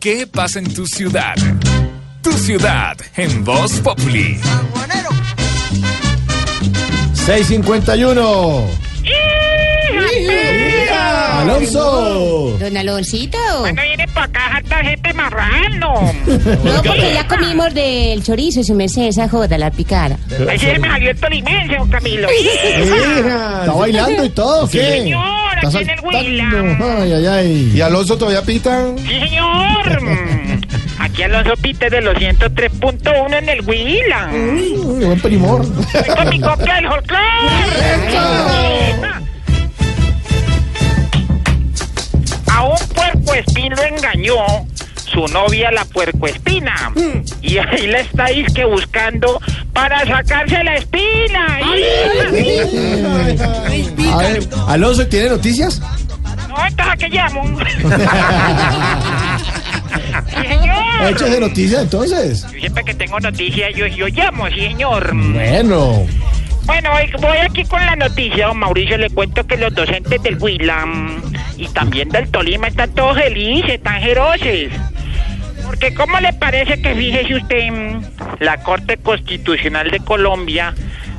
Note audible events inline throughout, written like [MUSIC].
¿Qué pasa en tu ciudad? Tu ciudad en Voz Populi. 651. Alonso. Don Aloncito. ¿Cuándo viene para acá harta gente marrano? No, porque ya comimos del chorizo y su merced esa joda, la picara. Ayer me salió el tolimense, don Camilo. Está bailando y todo, ¿qué? señor, Está aquí en el saltando. Huila. Ay, ay, ay. ¿Y Alonso todavía pita? Sí, señor. Mm. Aquí Alonso Pite de los 103.1 en el Huila. Uy, buen [LAUGHS] primor. Estoy con mi copia del folclore. A un puercoespín lo engañó su novia la puercoespina. Y ahí la estáis que buscando para sacarse la espina. A ver, Alonso, ¿tiene noticias? No, está que llamo. Sí, señor. Hechas de noticias, entonces. Yo Siempre que tengo noticias, yo, yo llamo, sí, señor. Bueno. Bueno, hoy voy aquí con la noticia, don Mauricio. Le cuento que los docentes del Huila mm, y también del Tolima están todos felices, están jeroses. Porque, ¿cómo le parece que, fíjese usted, mm, la Corte Constitucional de Colombia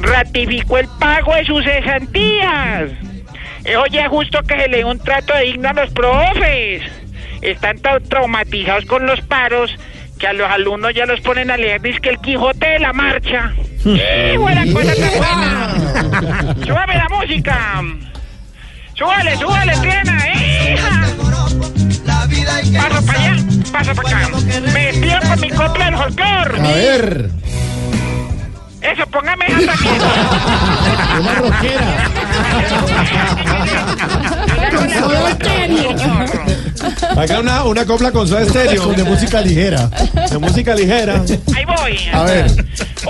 ratificó el pago de sus cesantías? Eh, Oye, es justo que se le dé un trato digno a los profes. Están tan traumatizados con los paros que a los alumnos ya los ponen a leer, dice que el Quijote de la Marcha. ¡Qué buena cosa [LAUGHS] tan buena! ¡Súbame la música! ¡Súbale, súbale, trena! ¡Hija! Paso para allá, paso para acá. Me despido con mi copla del folclor. A ver. Eso, póngame esa también. Una roquera. Con la Soda copla, señor. Acá una, una copla con su estéreo. De música ligera. De música ligera. [LAUGHS] Ahí voy. A ver.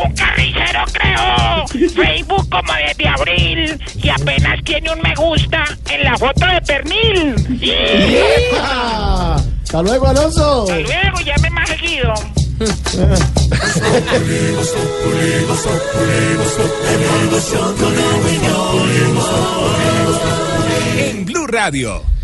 Un carnicero creó Facebook como desde abril y apenas tiene un me gusta en la foto de pernil. Y ¡Epa! Hasta luego, Alonso. luego llame más seguido. En Blue Radio.